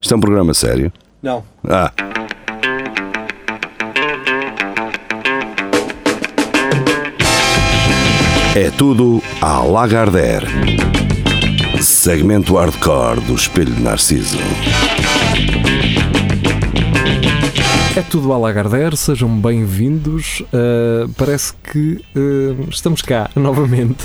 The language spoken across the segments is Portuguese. Isto é um programa sério. Não. Ah, é tudo à Lagardère. Segmento hardcore do Espelho de Narciso. É tudo à Lagardère, sejam bem-vindos. Uh, parece que uh, estamos cá novamente.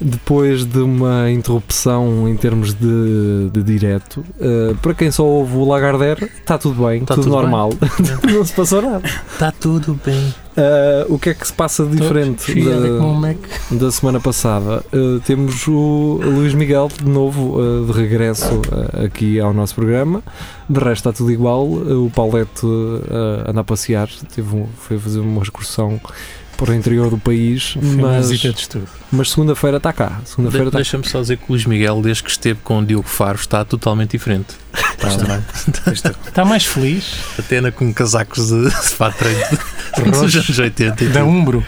Depois de uma interrupção em termos de, de direto, Uh, para quem só ouve o Lagardère, está tudo bem, Está tudo, tudo normal, não se passou nada. Tá tudo bem. Uh, o que é que se passa de diferente Filha da da, como é que- da semana passada? Uh, temos o Luís Miguel de novo uh, de regresso uh, aqui ao nosso programa. De resto está tudo igual. Uh, o Paulete uh, anda a passear, teve um- foi fazer uma excursão para o interior do país, Foi uma mas, visita de estudo. mas segunda-feira está cá. Segunda-feira De, tá- está Deixa-me só dizer que o Luís Miguel, desde que esteve com o Diogo Faro, está totalmente diferente. Está Tá mais feliz Até anda com casacos de de fato treino dos anos 80. e da tudo. Umbro.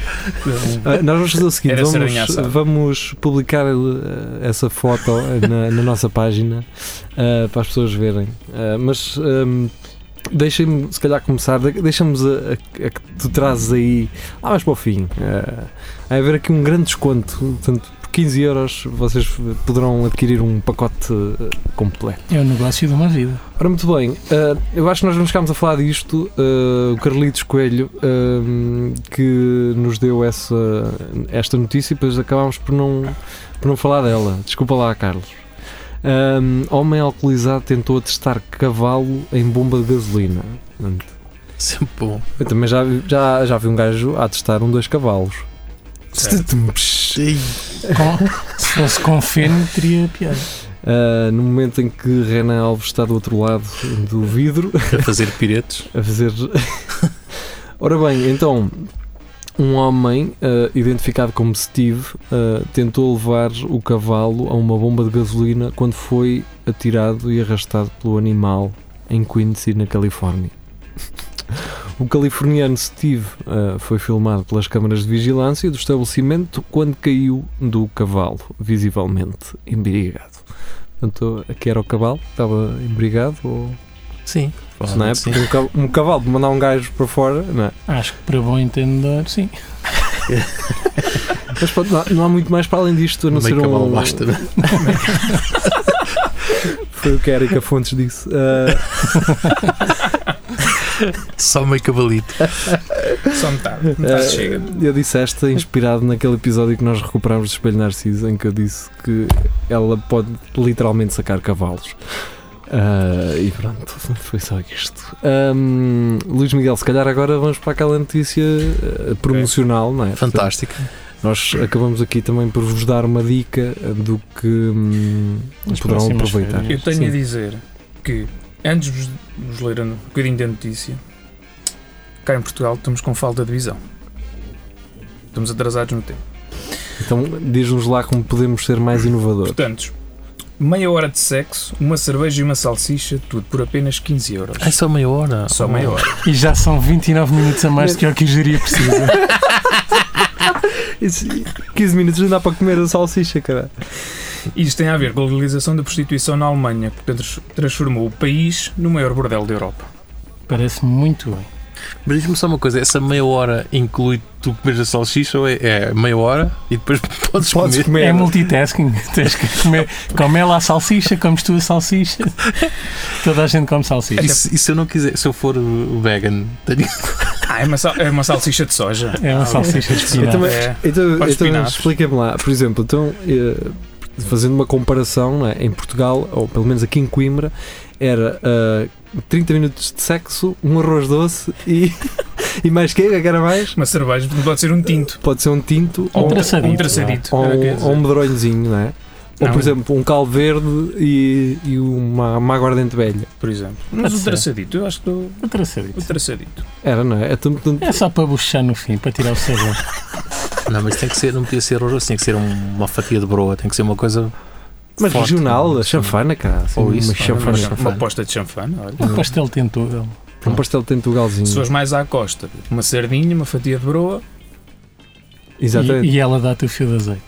Ah, nós vamos fazer o seguinte: Era sardinha vamos, assada. vamos publicar eh, essa foto eh, na, na nossa página ah, para as pessoas verem. Ah, mas ahm, deixem-me, se calhar, começar. de- Deixamos a, a- a que tu trazes aí lá mais para o fim. Ah, vai haver aqui um grande desconto. Portanto, por 15 euros vocês poderão adquirir um pacote eh, completo. É o negócio de uma vida. Ora, muito bem, ah, eu acho que nós não chegámos a falar disto. ah, o Carlitos Coelho ah, que nos deu essa, esta notícia e depois acabámos por não, por não falar dela. Desculpa lá, Carlos. Ah, homem alcoolizado tentou atestar cavalo em bomba de gasolina. Sempre bom. Eu também já, vi- já, já vi um gajo a atestar um dois cavalos. Com- se fosse com feno, teria piada. Ah, no momento em que Renan Alves está do outro lado do vidro, A fazer piretes. a fazer. Ora bem, então, um homem eh, identificado como Steve eh, tentou levar o cavalo a uma bomba de gasolina quando foi atirado e arrastado pelo animal em Quincy, na Califórnia. O californiano Steve eh, foi filmado pelas câmaras de vigilância do estabelecimento quando caiu do cavalo, visivelmente embriagado. Portanto, aqui era o cavalo, estava embriagado ou Sim. não é? Sim. Porque um ca- um cavalo de mandar um gajo para fora, não é? Acho que para bom entendedor, sim. Mas pronto, não há, não há muito mais para além disto, a não Meio ser cavalo um. basta. Foi o que a Erika Fontes disse. Ah, Só meio cabalito. Só metade. Metade ah, Tá, chega. Eu disse esta inspirado naquele episódio que nós recuperámos do Espelho Narciso, em que eu disse que ela pode literalmente sacar cavalos. Ah, e pronto, foi só isto. Ahm, Luís Miguel, se calhar agora vamos para aquela notícia ah, promocional, não é? Fantástico. Nós acabamos aqui também por vos dar uma dica eh, do que hum, Nas poderão próximas aproveitar. férias. Eu tenho Sim. a dizer que, antes de vos- vos ler um bocadinho da notícia, cá em Portugal estamos com falta de visão. Estamos atrasados no tempo. Então diz-nos lá como podemos ser mais inovadores. Portanto, meia hora de sexo, uma cerveja e uma salsicha, tudo por apenas 15 euros. É só meia hora. Só meia hora. E já são 29 minutos a mais do que é o que o geria precisa. 15 minutos ainda dá para comer a salsicha, cara. Isto tem a ver com a legalização da prostituição na Alemanha, que trans- transformou o país no maior bordel da Europa. Parece-me muito bem. Mas diz-me só uma coisa: essa meia hora inclui tu comeres a salsicha ou é, é meia hora e depois podes, Podes comer? comer. É multitasking. Tens que comer. Come ela a salsicha, comes tu a salsicha. Toda a gente come E salsicha. se, e se eu não quiser, se eu for uh, vegan, tenho Ah, é uma, sal- é uma salsicha de soja. Ah, É uma salsicha de Eu espinafre. também- É. Então, Para os então espinafres. explica-me lá, por exemplo, então, eh, fazendo uma comparação não é? em Portugal, ou pelo menos aqui em Coimbra, era ah, 30 minutos de sexo, um arroz doce e, e mais que é que era mais? Uma cerveja pode ser um tinto. Pode ser um tinto Ou ou, traçadito. Um traçadito. é? ou era o que eu ia um, dizer. ou um medronhozinho, não é? Ou, por Não. exemplo, um caldo verde e, e uma, uma aguardente velha. por exemplo. Mas Pode o ser. traçadito, eu acho que dou O traçadito. o traçadito. Era, não é? É tão- tão- É só para buchar no fim, para tirar o sabor. Não, mas tem que ser, não podia ser horroroso, tinha que ser um- uma fatia de broa, tem que ser uma coisa. mas forte. regional, a chanfana, cara. Assim, Ou isso, uma olha, é chanfana. mas- Uma aposta de chanfana, olha. Uhum. O pastel tentou. ele. Um pastel de Tentugalzinho. Se fores mais à costa, uma sardinha, uma fatia de broa, Exatamente. E, e ela dá-te o fio de azeite.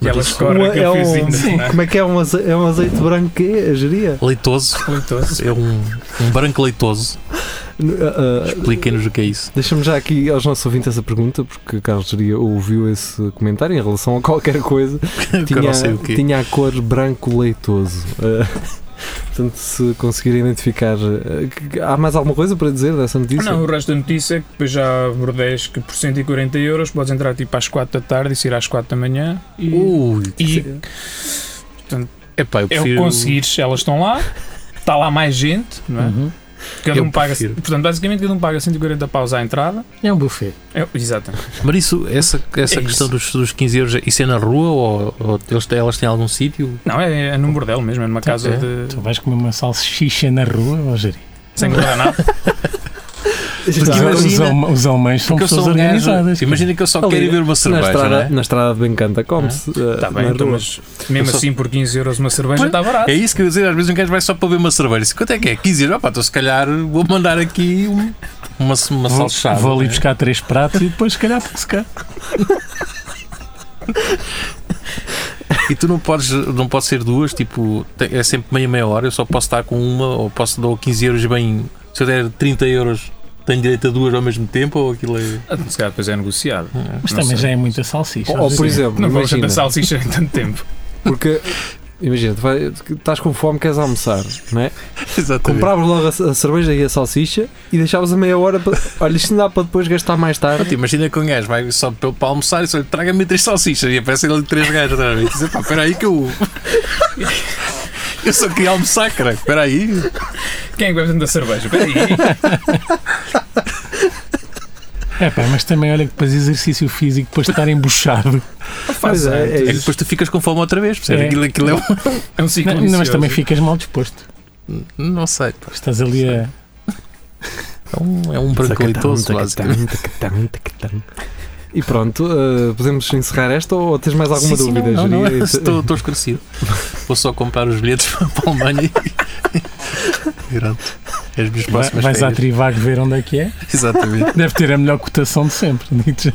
Aquela isso- escora que é eu fiz um- ainda. sim. não é? Como é que é um azeite, é um azeite branco que é? A geria? Leitoso. Leitoso. É um, um branco leitoso. Expliquem-nos o que é isso. Deixa-me já aqui aos nossos ouvintes essa pergunta, porque Carlos Geria ouviu esse comentário em relação a qualquer coisa. Que eu não sei o que é. tinha a cor branco leitoso. Eh, portanto, se conseguir identificar. eh, que- há mais alguma coisa para dizer dessa notícia? Ah, Não, o resto da notícia é que depois já abordei que por 140 euros podes entrar tipo às 4 da tarde e sair às 4 da manhã. E, Ui, e epá, eu é o prefiro. que conseguires, elas estão lá, está lá mais gente, não é? Uhum. Cada Eu um paga, prefiro. portanto, basicamente cada um paga 140 paus à entrada. É um buffet. É, exato. Mas isso, essa, essa É questão isso. dos, dos 15 euros, isso é na rua ou, ou eles têm- elas têm algum sítio? Não, é, é num bordel mesmo, é numa casa é. de. Tu vais comer uma salsicha na rua, ó Jeri. sem guardar nada. Porque Os- os, imagina- alma- os alemães são Porque eu pessoas sou um gajo. organizadas. Imagina que eu só Ali, quero ir ver uma na, cerveja, estrada, não é? na estrada de Bencanta come-se. eh, Está bem, na então, rua. mas mesmo Eu só- assim por 15 euros uma cerveja tá está barato. É isso que eu ia dizer, às vezes um gajo vai só para ver uma cerveja. Disse, Quanto é que é? 15 euros? Opá, então se calhar vou mandar aqui um- uma, uma Vou, salchada. vou ali né? buscar três pratos e depois, se calhar, passo cá. E tu não podes, não pode ser duas, tipo, te- é sempre meia meia hora, eu só posso estar com uma, ou posso dar 15 euros e bem. Se eu der 30 euros, tenho direito a duas ao mesmo tempo, ou aquilo é. Ah, Se calhar depois é negociado. Mas Não também sei. já é muita salsicha. Ou, ou, por exemplo, Não vamos imagina, jantar salsicha em tanto tempo. porque imagina, tu vai- tu estás com fome, queres almoçar, não é? Exatamente. Compravas logo a, a cerveja e a salsicha e deixavas a meia hora para. Olha, isto não dá para depois gastar mais Pronto, tarde. imagina que um gajo vai só para, para almoçar e só lhe traga-me três salsichas e aparecem ali três gajos outra vez. Diz, pá, espera aí que eu. Eu só queria almoçar, caralho. Espera aí. Quem é que bebe tanta cerveja? Peraí. É pá, mas também olha que depois exercício físico, depois de estar embuchado. Pois é, é É que isso. depois tu ficas com fome outra vez, percebes? É. Aquilo, aquilo é um. É um ciclo Não, não, mas vicioso. também ficas mal disposto. Não sei. Estás ali a. É um, é um branco leitoso, basicamente. E pronto, eh, podemos encerrar esta ou tens mais alguma Sim, sim, dúvida? não, não, Jeria? não, é estou, estou esclarecido. Vou só comprar os bilhetes para a Alemanha e. e Pronto. É as minhas Vai, próximas vais à férias. Trivago ver onde é que é. Exatamente, Deve ter a melhor cotação de sempre. digo já.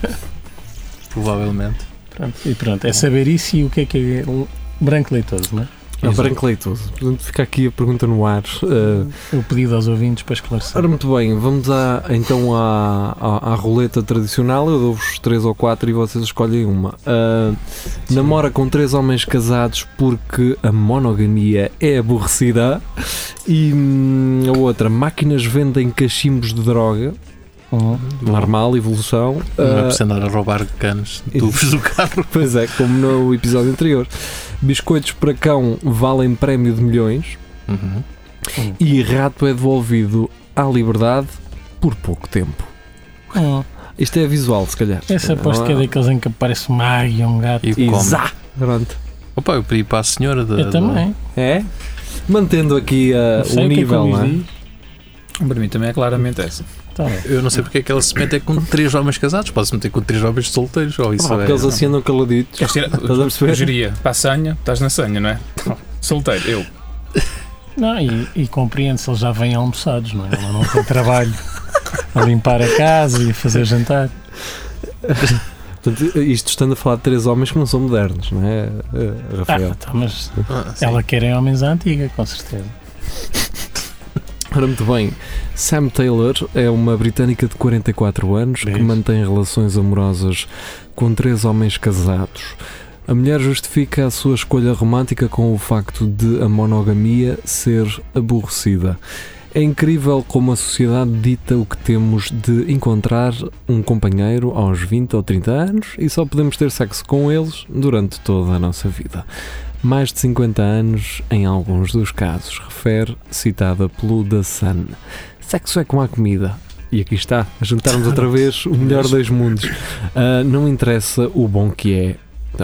provavelmente. Pronto, e pronto, é saber isso e o que é que é um branco leitoso, não é? É o branco leitoso. Portanto, fica aqui a pergunta no ar. eh, O pedido aos ouvintes para esclarecer. Ora, muito bem, vamos à, então à, à, à roleta tradicional. Eu dou-vos três ou quatro e vocês escolhem uma. Ah, namora com três homens casados porque a monogamia é aborrecida. E hum, a outra, máquinas vendem cachimbos de droga. Uhum. Normal, evolução. Não é Ah, preciso andar a roubar canos, de tubos do carro. Pois é, como no episódio anterior. Biscoitos para cão valem prémio de milhões Uhum. hum. e rato é devolvido à liberdade por pouco tempo. Uhum. Isto é visual, se calhar. Essa aposto Não que é daqueles em que aparece uma águia, um gato. E come. Exá! Pronto. Opa, eu pedi para a senhora da. Eu também. É? Mantendo aqui Não uh, sei o o que é que nível, o Luís não é? diz. Para mim também é claramente essa. Tá bem. da- eu não sei porque é que ela se mete é com três homens casados. Pode-se meter com três homens solteiros. Ou isso Ah, é- porque eles assim andam caladitos. Queres tirar Estás a perceber? geria para a sanha? Estás na sanha, não é? Solteiro, eu. Não, e, e compreende-se, eles já vêm almoçados, não é? Ela não tem trabalho a limpar a casa e a fazer jantar. Portanto, isto estando a falar de três homens que não são modernos, não é, eh, Ah, Rafael? tá, mas Ah, sim. ela quer é homens à antiga, com certeza. Ora, muito bem. Sam Taylor é uma britânica de 44 anos que Beijo. mantém relações amorosas com três homens casados. A mulher justifica a sua escolha romântica com o facto de a monogamia ser aborrecida. É incrível como a sociedade dita o que temos de encontrar um companheiro aos 20 ou 30 anos e só podemos ter sexo com eles durante toda a nossa vida. Mais de 50 anos em alguns dos casos, refere, citada pelo The Sun. Sexo é como a comida. E aqui está, a juntarmos outra vez o melhor dos mundos. Ah, não interessa o bom que é.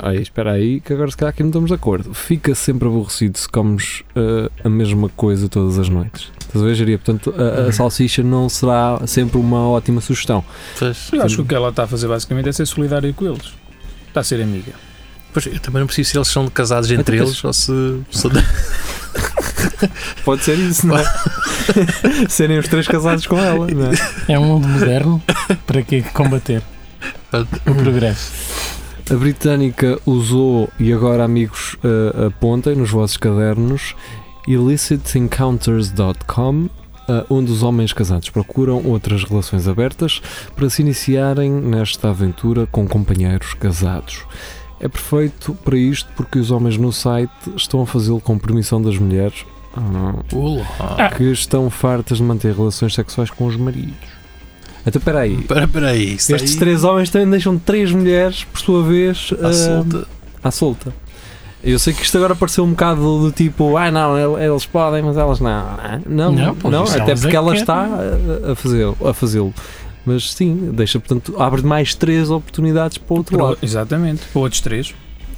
Ai, espera aí, que agora se calhar aqui não estamos de acordo. Fica sempre aborrecido se comes ah, a mesma coisa todas as noites. Estás a ver, Jeria? Portanto, a, a salsicha não será sempre uma ótima sugestão. Pois, Eu acho que o que ela está a fazer basicamente é ser solidária com eles. Está a ser amiga. pois, eu também não preciso se eles são casados entre Então, eles ou se. se- Pode ser isso, não é? Serem os três casados com ela, não é? É um mundo moderno para que combater o progresso. A britânica usou, e agora amigos, eh, apontem nos vossos cadernos, illicitencounters.com, eh, onde os homens casados procuram outras relações abertas para se iniciarem nesta aventura com companheiros casados. É perfeito para isto porque os homens no site estão a fazê-lo com permissão das mulheres. Ah, Olá. que estão fartas de manter relações sexuais com os maridos. Então, espera aí. Espera, espera aí. Está Estes aí três homens também deixam três mulheres, por sua vez, à ah, solta. à solta. Eu sei que isto agora pareceu um bocado do tipo, ah não, el- eles podem, mas elas não. é?" Não, não, Não, pois isso até elas é porque que ela querem. está a- a fazê-lo. A fazê-lo. Mas sim, deixa, portanto, abre mais três oportunidades para o outro Para o- lado. Exatamente. Para outros três.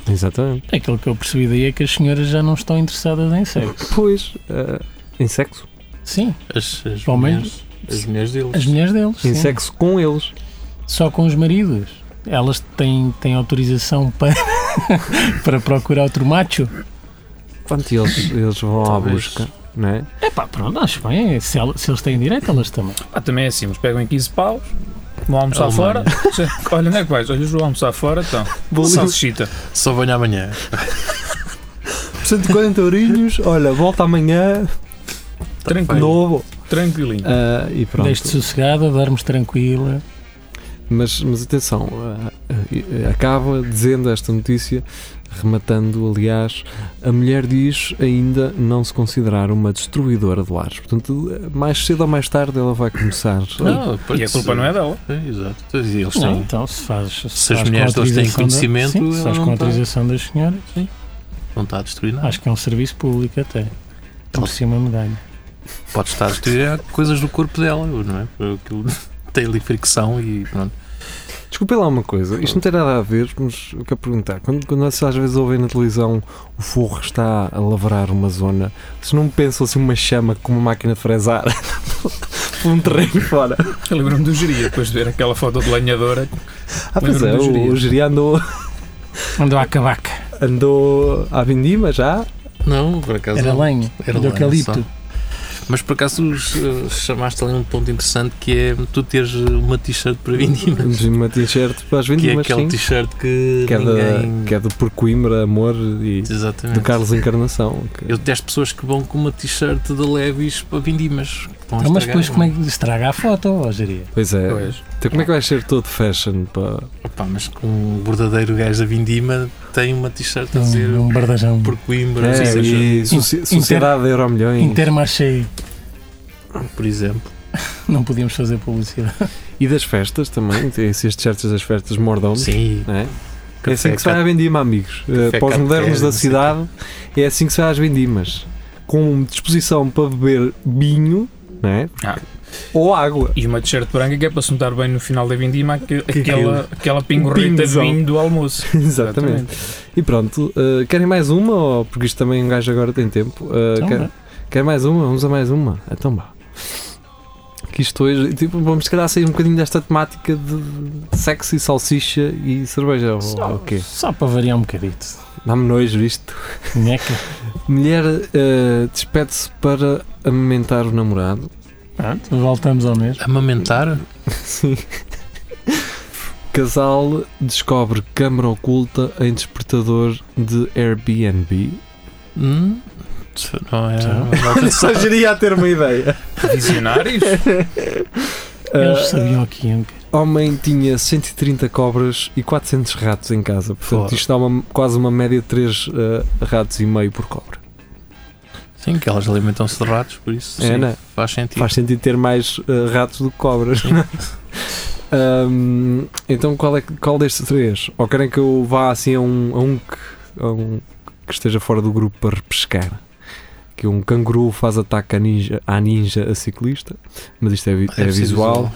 Exatamente. Aquilo que eu percebi daí é que as senhoras já não estão interessadas em sexo. Pois, ah, em sexo. Sim, As, as, Ao mulheres, as mulheres deles. as mulheres deles. Em sim. sexo com eles. Só com os maridos. Elas têm, têm autorização para, para procurar outro macho. Portanto, eles, eles vão à Talvez. busca, não é? É pá, pronto, acho bem. Se, ela- se eles têm direito, elas também. Ah, também é assim, eles pegam em 15 paus, vão almoçar Alemanha. fora. Olha, onde é que vais? Olha, vou almoçar fora, então. Vou ali- Salsichita. Só venho amanhã. 140 eurinhos, olha, volta amanhã, Tá Tranquilo. novo. Tranquilinho. Ah, e pronto. Deste sossegada, dormes tranquila. Mas, mas atenção, ah, ah, acaba dizendo esta notícia, rematando, aliás, a mulher diz ainda não se considerar uma destruidora de lares. Portanto, mais cedo ou mais tarde ela vai começar. Não, E a culpa não é dela. Exato. Então, e Eles Não, têm. então, se faz. Se, as faz com mulheres deles têm autorização da- conhecimento, sim, se ela faz não com tem. autorização das senhoras, sim. Não está a destruir nada. Acho que é um serviço público até. Ela- Por cima medalha. Pode estar a destruir é coisas do corpo dela, não é? Porque Aquilo tem ali fricção e pronto. Desculpem lá uma coisa, isto não tem nada a ver, mas eu quero perguntar. Quando, quando vocês às vezes ouvem na televisão o forro está a lavrar uma zona, vocês não pensam assim uma chama com uma máquina de fresar por um terreno fora? Eu lembro-me do geria, depois de ver aquela foto de lenhadora. Ah, pois é, Lembro-me do o, Jeria. o Jeria andou, Andou à cabaca. andou à vindima já. Não, por acaso. Era não. lenho. Era Era lenho, eucalipto. Mas por acaso eh, chamaste ali um ponto interessante que é tu teres uma t-shirt para vindimas. De Uma t-shirt para as Que é vindimas, aquele sim. t-shirt que, Que é, ninguém. da, que é do Por Coimbra, Amor e Exatamente. do Carlos Encarnação. que- Eu detesto pessoas que vão com uma t-shirt da Levis para vindimas. que estão a Ah, Mas estragar. depois como é que estraga a foto, ó, geria? Pois é. Pois. Então como é que vais ser todo fashion? Para... Opa, mas com um verdadeiro gajo da vindima tem uma t-shirt a dizer Um, um bardajão. por Coimbra, Uhum. É, ou seja, e soci- Inter- Sociedade Euro Milhões. Intermarché. por exemplo. Não podíamos fazer publicidade. E das festas também, tem esses t-shirts das festas mordão. Sim, Não é? Café é assim que se vai à Vindima, amigos. Eh, café para os café, modernos não da sei cidade, é assim que se vai às Vindimas. Com disposição para beber vinho não é? Ah. ou água. E uma t-shirt branca que é para se notar bem no final da vindima aque- Que aquela, aquela pingorreta de Pinzão. vinho do almoço. Exatamente. E pronto, eh, querem mais uma? Ou, porque isto também um gajo agora tem tempo. Eh, Então, quer, vá. quer mais uma? Vamos a mais uma? Então vá. Que isto hoje, tipo, vamos se calhar sair um bocadinho desta temática de sexo e salsicha e cerveja. Ou, ou Oh, quê? Só para variar um bocadito. Dá-me nojo isto. Neca. Mulher eh, despede-se para amamentar o namorado. Pronto, voltamos ao mesmo. amamentar. Sim. Casal descobre câmara oculta em despertador de Airbnb. Hum? Não é. Já. Só geria a ter uma ideia. Visionários? Ah. Eles sabiam aqui iam. cara. homem tinha 130 cobras e 400 ratos em casa. Portanto, Foda. isto dá uma- quase uma média de 3 ratos e meio por cobra. Sim, que elas alimentam-se de ratos, por isso É, sim, tipo- né? faz sentido. Faz sentido ter mais eh, ratos do que cobras. né? Ahm, então qual, é, que- qual destes três? Ou querem que eu vá assim a um, a um, que, a um que esteja fora do grupo para repescar? Que um canguru faz ataque à ninja, à ninja a ciclista, mas isto é, vi- é Deve ser visual.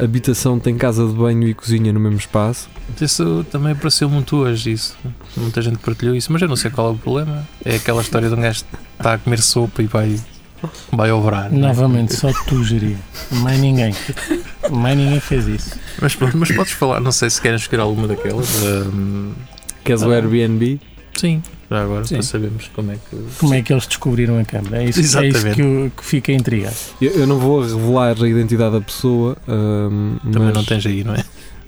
A habitação tem casa de banho e cozinha no mesmo espaço. Isso também apareceu muito hoje, isso. Muita gente partilhou isso, mas eu não sei qual é o problema. É aquela história de um gajo que está a comer sopa e vai, vai obrar. não é? Novamente, só tu geria. Mais ninguém. Mais ninguém fez isso. Mas pronto, mas podes falar, não sei se querem escolher alguma daquelas. hum, Queres o Ah. é Airbnb? sim, já agora Sim. já sabemos como é que. Como é que eles descobriram a câmara? É isso, é isso Exatamente. que, eu, que fica intrigado. Eu, eu não vou revelar a identidade da pessoa. ahm, Também mas- não tens aí, não é?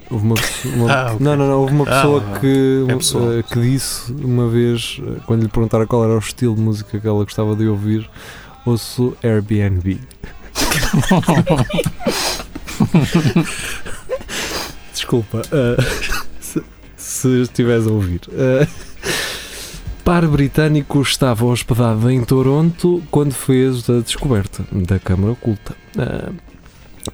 Houve uma, pessoa- uma- Ah, ok. Não, não, não. Houve uma Ah, pessoa, ok. que, É pessoal. eh, que disse uma vez, eh, quando lhe perguntaram qual era o estilo de música que ela gostava de ouvir, ouço Airbnb. Desculpa. eh, se, se estiveres a ouvir. Eh, par britânico estava hospedado em Toronto quando fez a descoberta da Câmara Oculta. Eh,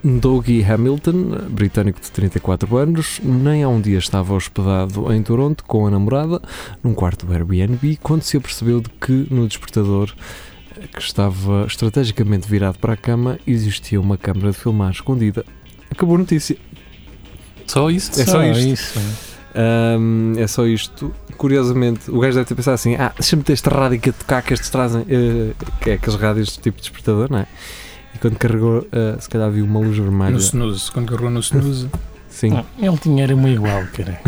Dougie Hamilton, britânico de 34 anos, nem há um dia estava hospedado em Toronto com a namorada num quarto do Airbnb quando se apercebeu de que no despertador eh, que estava estrategicamente virado para a cama existia uma câmara de filmar escondida. Acabou a notícia. Só isso? É só isto. isso. Ahm, é só isto. Curiosamente, o gajo deve ter pensado assim: ah, deixa-me ter este rádio que a tocar que estes trazem. eh, que é aqueles rádios do tipo despertador, não é? E quando carregou, eh, se calhar viu uma luz vermelha. No snooze, quando carregou no snooze, Sim. Não, ele tinha era uma igual, cara.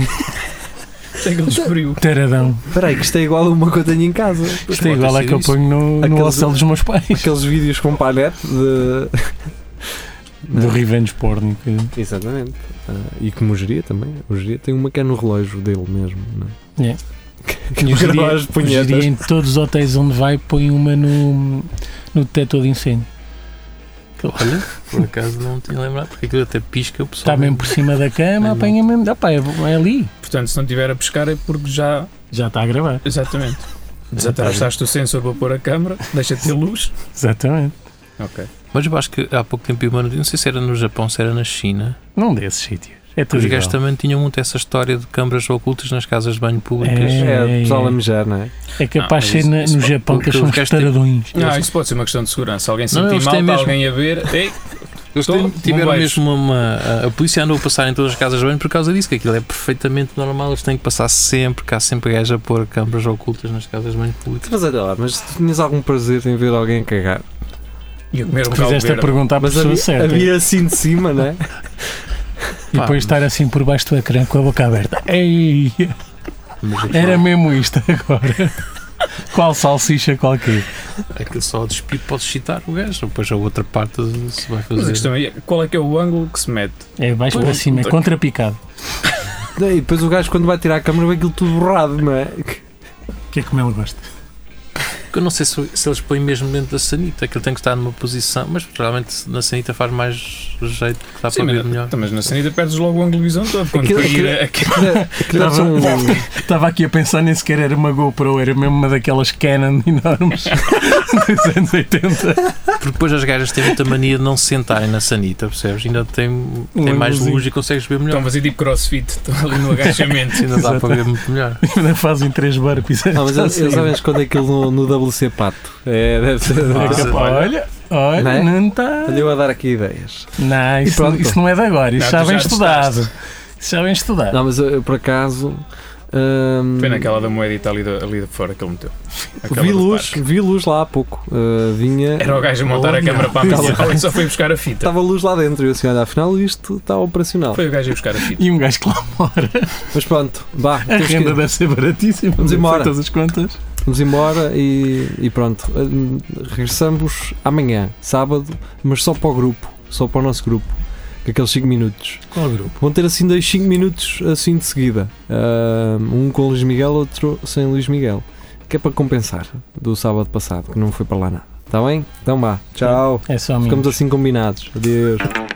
até que ele descobriu. Taradão. Espera aí, que isto é igual a uma que eu tenho em casa. Isto é igual pode ser à que eu isso. ponho no, no Aqueles- hostel dos meus pais. Aqueles vídeos com palete de. Do revenge porn. que- Exatamente. Ah, e que mogeria também. Mogeria tem uma que é no relógio dele mesmo, não é? É. Que- Eu Que grava as eu diria punhetas. em todos os hotéis onde vai, põe uma no, no detector de incêndio. Olha, por acaso não me tinha lembrado, porque aquilo até pisca o pessoal. Está Tá mesmo por cima da cama, Ai, não. apanha mesmo. Ah, pá, é, é ali. Portanto, se não estiver a pescar é porque já. Já está a gravar. Exatamente. Desatravessaste o sensor para pôr a câmara, deixa-te ter luz. Exatamente. Mas eu acho que há pouco tempo, eu não sei se era no Japão, se era na China, Não desses sítios. É que tudo os igual. gajos também tinham muito essa história de câmaras ocultas nas casas de banho públicas. É. É, o pessoal a mijar, não é? É capaz de Não, ser na- isso- no isso- Japão o que que eles são os gajos têm- estaradões. Não, Ah, isso é um pode ser uma questão de segurança. Alguém Não, sentir eles mal, têm está mesmo. alguém a ver. Ei, Eles Toma, têm- Então, tiveram bombeiros. mesmo uma. a- A polícia andou a passar em todas as casas de banho por causa disso, que aquilo é perfeitamente normal, eles têm que passar sempre, que há sempre gajos a pôr câmaras ocultas nas casas de banho públicas. Mas olha lá, mas tu tinhas algum prazer em ver alguém cagar? e a comer um caldo Fizeste a verde. pergunta à Mas pessoa havia, certa. havia assim de cima, não é? E Pá, depois estar assim por baixo do ecrã com a boca aberta. Ei, mas aquilo- era mesmo isto agora. Qual salsicha qualquer. Aquilo só de espírito pode excitar o gajo, depois a outra parte se vai Mas a fazer. questão é qual é que é o ângulo que se mete? É baixo Pois, para cima, é tá- contrapicado. E depois o gajo, quando vai tirar a câmera, vê aquilo tudo borrado, não é? O que é como ele gosta? Que eu não sei se, se eles põem mesmo dentro da sanita, aquilo tem que estar numa posição, mas realmente na sanita faz mais jeito, que dá Sim, para mas, ver é melhor. então, mas na sanita perdes logo o ângulo de visão todo. Quando Aquilo- cair aquilo- a- aquilo- Aquilo- aquilo deve ser um- Estava aqui a pensar, nem sequer era uma GoPro, era mesmo uma daquelas Canon enormes dos anos 80. Porque depois as gajas têm muita mania de não se sentarem na sanita, percebes? Ainda Um tem, tem mais ângulozinho. luz e consegues ver melhor. Estão a fazer tipo crossfit, estão ali no agachamento. Ainda dá para ver muito melhor. Ainda fazem três burpees. é assim. Ah, mas eles, eles sabem esconder aquilo no, no WC Pato. É, deve ser. Ah, deve ser- sim. Olha, Não é? olha, não está. Olha, eu a dar aqui ideias. Não, E isso, pronto. isso não é de agora, isso Não, já tu vem já estudado. Isso já vem estudado. Não, mas eu, eu, por acaso. hum, Pena aquela da moeda e está ali, de- ali de fora que ele meteu. Aquela vi do luz, parque. vi luz lá há pouco. Uh, vinha. Era o gajo a montar a Olha. câmara para a minha Estava- Ele só foi buscar a fita. Estava luz lá dentro e eu assim, olha, afinal isto está operacional. Foi o gajo a buscar a fita. E um gajo que lá mora. Mas pronto, vá, A temos que renda ir- deve ser baratíssima. Vamos embora. Todas as contas. vamos embora e, e pronto. Hum, Regressamos amanhã, sábado, mas só para o grupo, só para o nosso grupo. com Aqueles 5 minutos. Qual grupo? Vão ter assim dois 5 minutos assim de seguida. Ah, um com Luís Miguel, outro sem Luís Miguel. Que é para compensar do sábado passado, que não foi para lá nada. Está bem? Tá Então vá. Tchau. É só a mim. Ficamos assim combinados. Adeus.